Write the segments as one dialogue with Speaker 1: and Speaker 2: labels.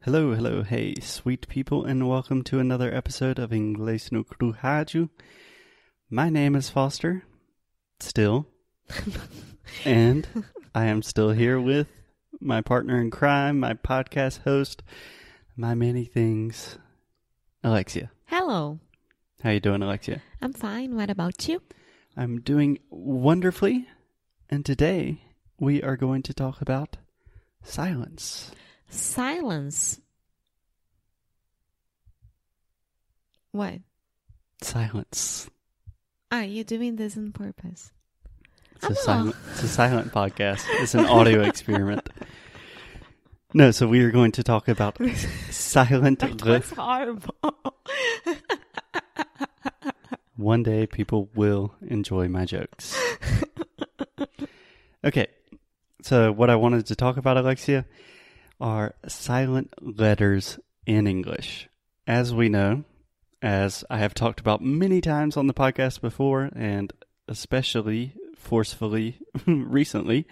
Speaker 1: Hello, hello, hey, sweet people, and welcome to another episode of Inglês no Crujaju. My name is Foster, still, and I am still here with my partner in crime, my podcast host, my many things, Alexia.
Speaker 2: Hello.
Speaker 1: How you doing, Alexia?
Speaker 2: I'm fine. What about you?
Speaker 1: I'm doing wonderfully, and today we are going to talk about silence.
Speaker 2: Silence. What?
Speaker 1: Silence.
Speaker 2: Are you doing this on purpose?
Speaker 1: It's a
Speaker 2: Oh.
Speaker 1: silent. It's a silent podcast. It's an audio experiment. No, so we are going to talk about silent. ref-
Speaker 2: horrible.
Speaker 1: One day, people will enjoy my jokes. Okay, so what I wanted to talk about, Alexia, are silent letters in English. As we know, as I have talked about many times on the podcast before, and especially forcefully recently,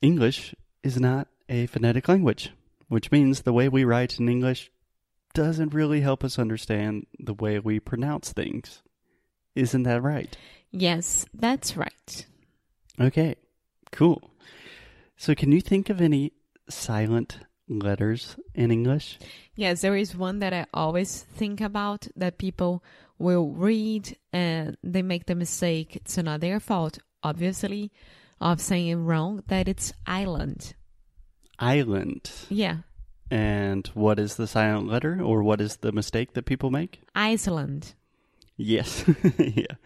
Speaker 1: English is not a phonetic language, which means the way we write in English doesn't really help us understand the way we pronounce things. Isn't that right?
Speaker 2: yes, that's right.
Speaker 1: Okay, cool. So, can you think of any silent letters in English?
Speaker 2: Yes, there is one that I always think about that people will read and they make the mistake. It's not their fault, obviously, of saying it wrong, that it's island.
Speaker 1: Island.
Speaker 2: Yeah,
Speaker 1: And what is the silent letter or what is the mistake that people make?
Speaker 2: Iceland
Speaker 1: Yes. yeah.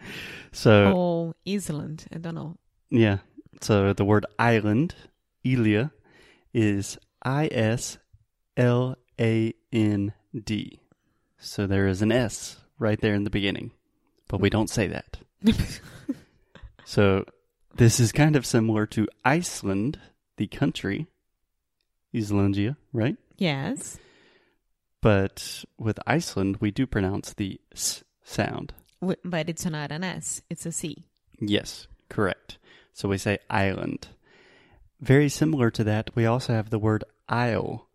Speaker 1: So,
Speaker 2: or Island. I don't know.
Speaker 1: yeah. So, the word island, Ilia, is I S L A N D. So, there is an S right there in the beginning, but we don't say that. So this is kind of similar to Iceland, the country, Islandia, right?
Speaker 2: yes.
Speaker 1: But with Iceland, we do pronounce the s sound.
Speaker 2: W- but it's not an S, it's a C.
Speaker 1: Yes, correct. So we say island. Very similar to that, we also have the word isle,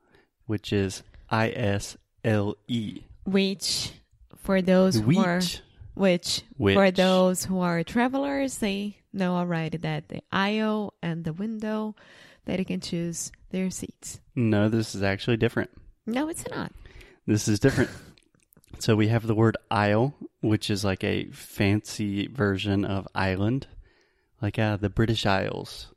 Speaker 1: which is I S L E.
Speaker 2: Which, for those who are
Speaker 1: Which,
Speaker 2: which,
Speaker 1: Which.
Speaker 2: for those who are travelers, they know already that the aisle and the window that you can choose their seats.
Speaker 1: no, this is actually different.
Speaker 2: No, it's not.
Speaker 1: This is different. so we have the word isle, which is like a fancy version of island, like uh, the British Isles.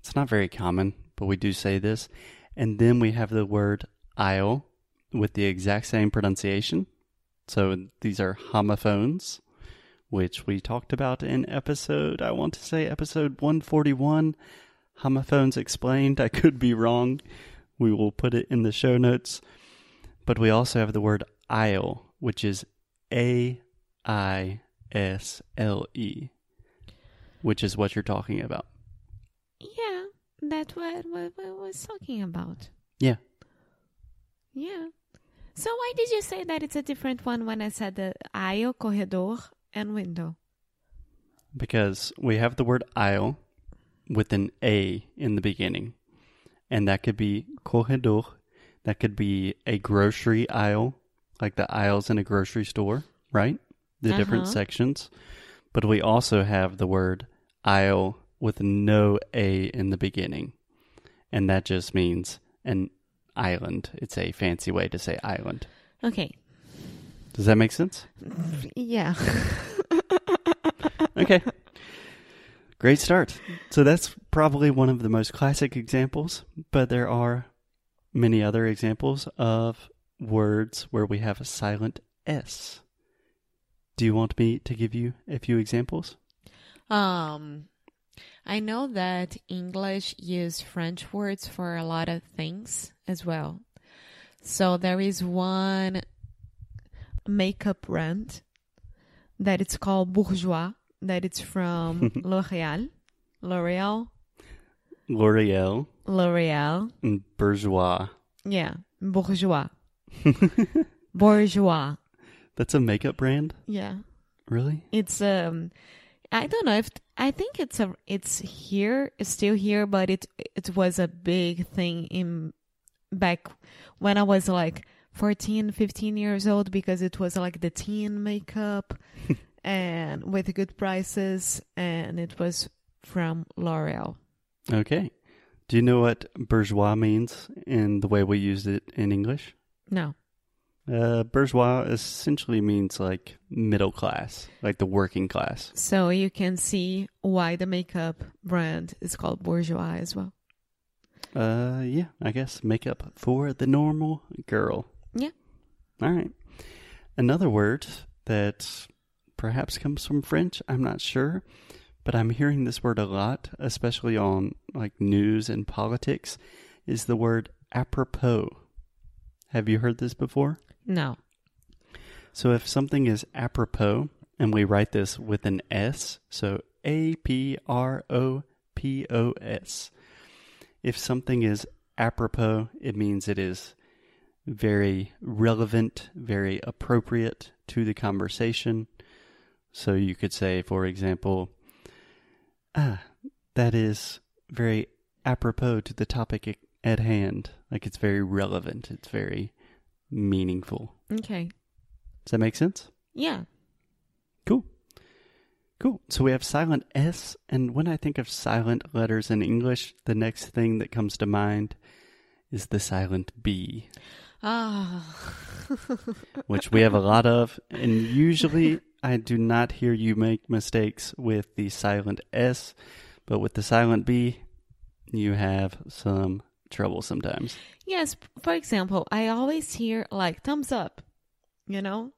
Speaker 1: It's not very common, but we do say this. And then we have the word isle with the exact same pronunciation. So these are homophones, which we talked about in episode, I want to say episode 141, Homophones Explained. I could be wrong. We will put it in the show notes but we also have the word aisle, which is A I S L E, which is what you're talking about.
Speaker 2: Yeah, that's what, what, what I was talking about.
Speaker 1: Yeah.
Speaker 2: Yeah. So why did you say that it's a different one when I said the aisle, corredor, and window?
Speaker 1: Because we have the word aisle with an A in the beginning, and that could be corredor, that could be a grocery aisle, like the aisles in a grocery store, right? The different
Speaker 2: Uh-huh.
Speaker 1: sections. But we also have the word aisle with no A in the beginning, and that just means an island. It's a fancy way to say island.
Speaker 2: Okay.
Speaker 1: Does that make sense?
Speaker 2: Yeah.
Speaker 1: okay. Great start. So that's probably one of the most classic examples, but there are many other examples of words where we have a silent S. Do you want me to give you a few examples?
Speaker 2: Um, I know that English use French words for a lot of things as well. So there is one makeup brand that it's called Bourgeois, that it's from L'Oreal, L'Oreal,
Speaker 1: L'Oreal
Speaker 2: L'Oreal.
Speaker 1: and Bourgeois.
Speaker 2: Yeah, Bourgeois, Bourgeois.
Speaker 1: That's a makeup brand?
Speaker 2: Yeah.
Speaker 1: Really?
Speaker 2: it's um i don't know if i think it's a it's here it's still here but it it was a big thing in back when I was like 14, 15 years old because it was like the teen makeup and with good prices and it was from L'Oreal.
Speaker 1: Okay. Do you know what bourgeois means in the way we used it in English?
Speaker 2: No.
Speaker 1: Uh, bourgeois essentially means like middle class, like the working class.
Speaker 2: So you can see why the makeup brand is called bourgeois as well.
Speaker 1: Uh, yeah, I guess makeup for the normal girl.
Speaker 2: Yeah.
Speaker 1: All right. Another word that perhaps comes from French, I'm not sure, but I'm hearing this word a lot, especially on like news and politics, is the word apropos. Have you heard this before?
Speaker 2: No.
Speaker 1: So if something is apropos and we write this with an S, so A P R O P O S. If something is apropos, it means it is very relevant, very appropriate to the conversation. So you could say, for example, ah, that is very apropos to the topic at- at hand. Like it's very relevant, it's very meaningful.
Speaker 2: Okay.
Speaker 1: Does that make sense?
Speaker 2: Yeah.
Speaker 1: Cool. Cool. So we have silent S, and when I think of silent letters in English, the next thing that comes to mind is the silent B,
Speaker 2: Ah.
Speaker 1: which we have a lot of. And usually I do not hear you make mistakes with the silent S, but with the silent B, you have some trouble sometimes.
Speaker 2: yes, for example, I always hear like thumbs up, you know?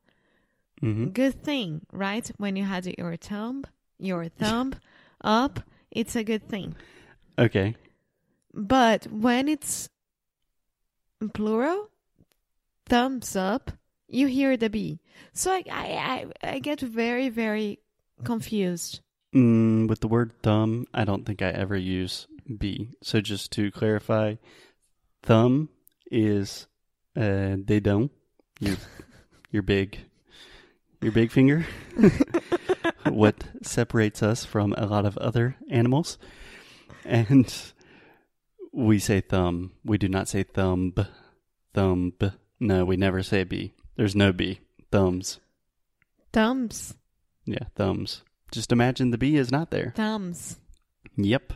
Speaker 1: hmm
Speaker 2: Good thing, right? When you had your thumb, your thumb up, it's a good thing.
Speaker 1: Okay.
Speaker 2: But when it's plural, thumbs up, you hear the B. So I I, I, I get very, very confused.
Speaker 1: Mm, with the word thumb, I don't think I ever use B. So just to clarify, thumb is uh, dedão, your, your big, your big finger. what separates us from a lot of other animals, and we say thumb. We do not say thumb, thumb. No, we never say B. There's no B. Thumbs.
Speaker 2: Thumbs.
Speaker 1: Yeah, thumbs. Just imagine the B is not there.
Speaker 2: Thumbs.
Speaker 1: Yep.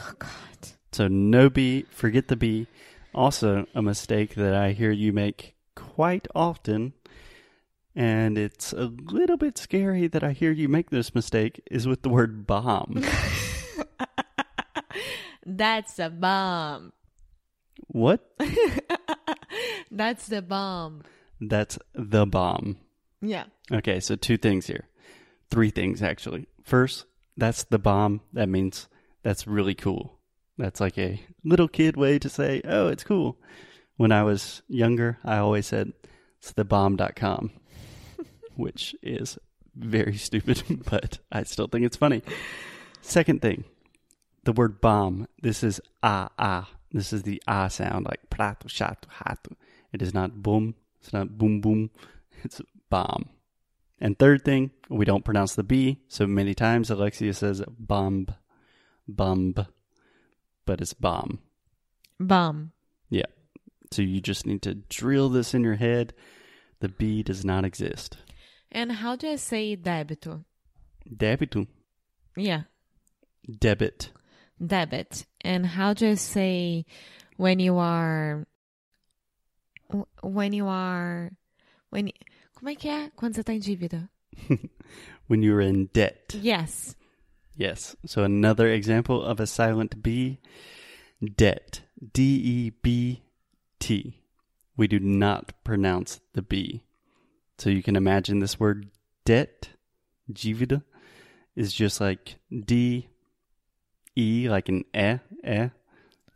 Speaker 2: Oh god.
Speaker 1: So no B, forget the B. Also, a mistake that I hear you make quite often, and it's a little bit scary that I hear you make this mistake, is with the word bomb.
Speaker 2: That's a bomb.
Speaker 1: what?
Speaker 2: That's the bomb.
Speaker 1: That's the bomb.
Speaker 2: Yeah.
Speaker 1: Okay, so two things here. Three things, actually. First, that's the bomb. That means that's really cool. That's like a little kid way to say, oh, it's cool. When I was younger, I always said, it's the bomb.com, which is very stupid, but I still think it's funny. Second thing, the word bomb. This is ah, ah. This is the ah sound, like prato, shato, hato. It is not boom. It's not boom, boom. It's bomb. And third thing, we don't pronounce the B, so many times Alexia says bomb, bomb, but it's bomb.
Speaker 2: Bomb.
Speaker 1: Yeah. So you just need to drill this in your head. The B does not exist.
Speaker 2: And how do I say débito?
Speaker 1: Debito.
Speaker 2: Yeah.
Speaker 1: Debit.
Speaker 2: debit and how do you say when you are wh- when you are when como é que é quando você tá em dívida
Speaker 1: When you're in debt.
Speaker 2: yes
Speaker 1: Yes. So another example of a silent B debt. D E B T. We do not pronounce the B. So you can imagine this word debt, dívida, is just like D E, like an E, E,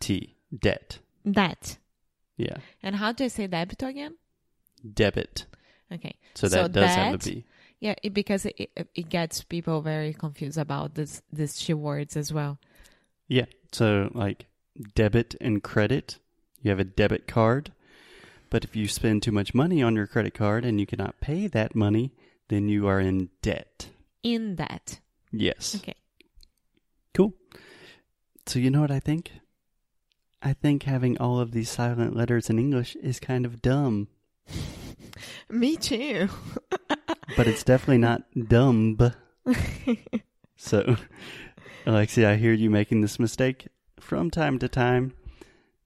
Speaker 1: T. Debt.
Speaker 2: that
Speaker 1: Yeah.
Speaker 2: and how do you say debito again
Speaker 1: Debit.
Speaker 2: okay
Speaker 1: So that does have a
Speaker 2: that-
Speaker 1: B.
Speaker 2: yeah it, because it, it, it gets people very confused about this these two words as well
Speaker 1: Yeah. So like debit and credit, you have a debit card. But if you spend too much money on your credit card and you cannot pay that money, then you are in debt.
Speaker 2: in that
Speaker 1: Yes.
Speaker 2: okay
Speaker 1: Cool. So you know what I think? I think having all of these silent letters in English is kind of dumb,
Speaker 2: Me too.
Speaker 1: but it's definitely not dumb. So, Alexia, I hear you making this mistake from time to time.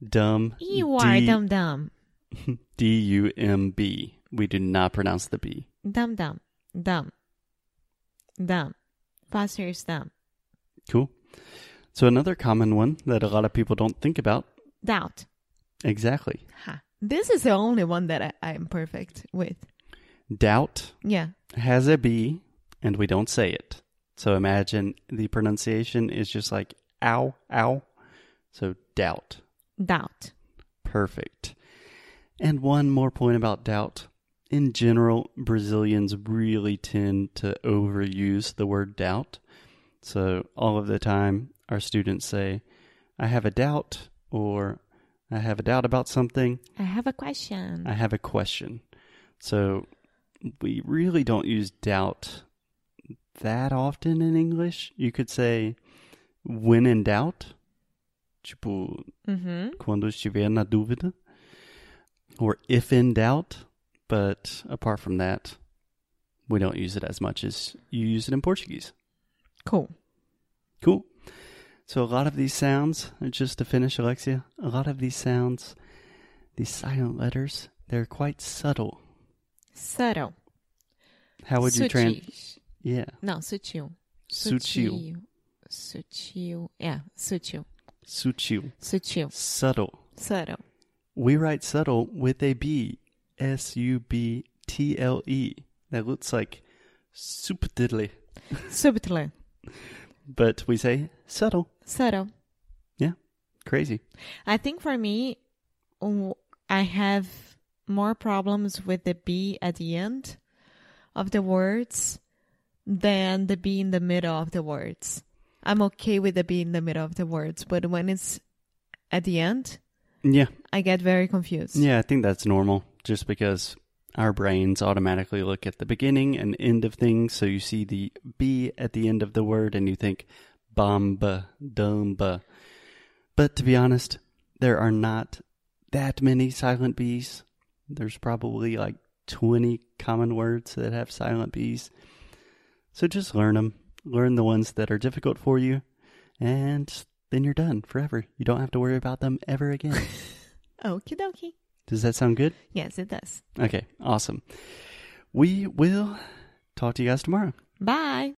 Speaker 1: Dumb.
Speaker 2: you are
Speaker 1: D-
Speaker 2: dumb dumb.
Speaker 1: D U M B. We do not pronounce the B.
Speaker 2: Dumb dumb. Dumb. Dumb. Foster is dumb.
Speaker 1: Cool. So, another common one that a lot of people don't think about.
Speaker 2: Doubt.
Speaker 1: Exactly.
Speaker 2: Ha. This is the only one that I, I'm perfect with.
Speaker 1: Doubt
Speaker 2: Yeah.
Speaker 1: has a B and we don't say it. So, imagine the pronunciation is just like ow, ow. So, doubt.
Speaker 2: Doubt.
Speaker 1: Perfect. And one more point about doubt. In general, Brazilians really tend to overuse the word doubt. So, all of the time, our students say, I have a doubt, or I have a doubt about something,
Speaker 2: I have a question.
Speaker 1: I have a question. So, we really don't use doubt that often in English. You could say, when in doubt, tipo,
Speaker 2: mm-hmm.
Speaker 1: quando estiver na dúvida, or if in doubt. But apart from that, we don't use it as much as you use it in Portuguese.
Speaker 2: Cool.
Speaker 1: Cool. So a lot of these sounds, just to finish, Alexia, a lot of these sounds, these silent letters, they're quite subtle.
Speaker 2: Subtle.
Speaker 1: How would you translate?
Speaker 2: Sutis.
Speaker 1: Yeah,
Speaker 2: Não, sutil.
Speaker 1: sutil,
Speaker 2: Sutil. Yeah, sutil.
Speaker 1: sutil,
Speaker 2: Sutil.
Speaker 1: subtle.
Speaker 2: Subtle.
Speaker 1: We write subtle with a B, S U B T L E. That looks like subtly.
Speaker 2: Subtle.
Speaker 1: but we say subtle.
Speaker 2: Subtle.
Speaker 1: Crazy.
Speaker 2: I think for me, w- I have more problems with the B at the end of the words than the B in the middle of the words. I'm okay with the B in the middle of the words, but when it's at the end,
Speaker 1: Yeah.
Speaker 2: I get very confused.
Speaker 1: Yeah, I think that's normal just because our brains automatically look at the beginning and end of things. So you see the B at the end of the word and you think bomba, dumba. But to be honest, there are not that many silent Bs. There's probably like 20 common words that have silent Bs. So just learn them. Learn the ones that are difficult for you, and then you're done forever. You don't have to worry about them ever again.
Speaker 2: Okie dokie.
Speaker 1: Does that sound good?
Speaker 2: Yes, it does.
Speaker 1: Okay, awesome. We will talk to you guys tomorrow.
Speaker 2: Bye.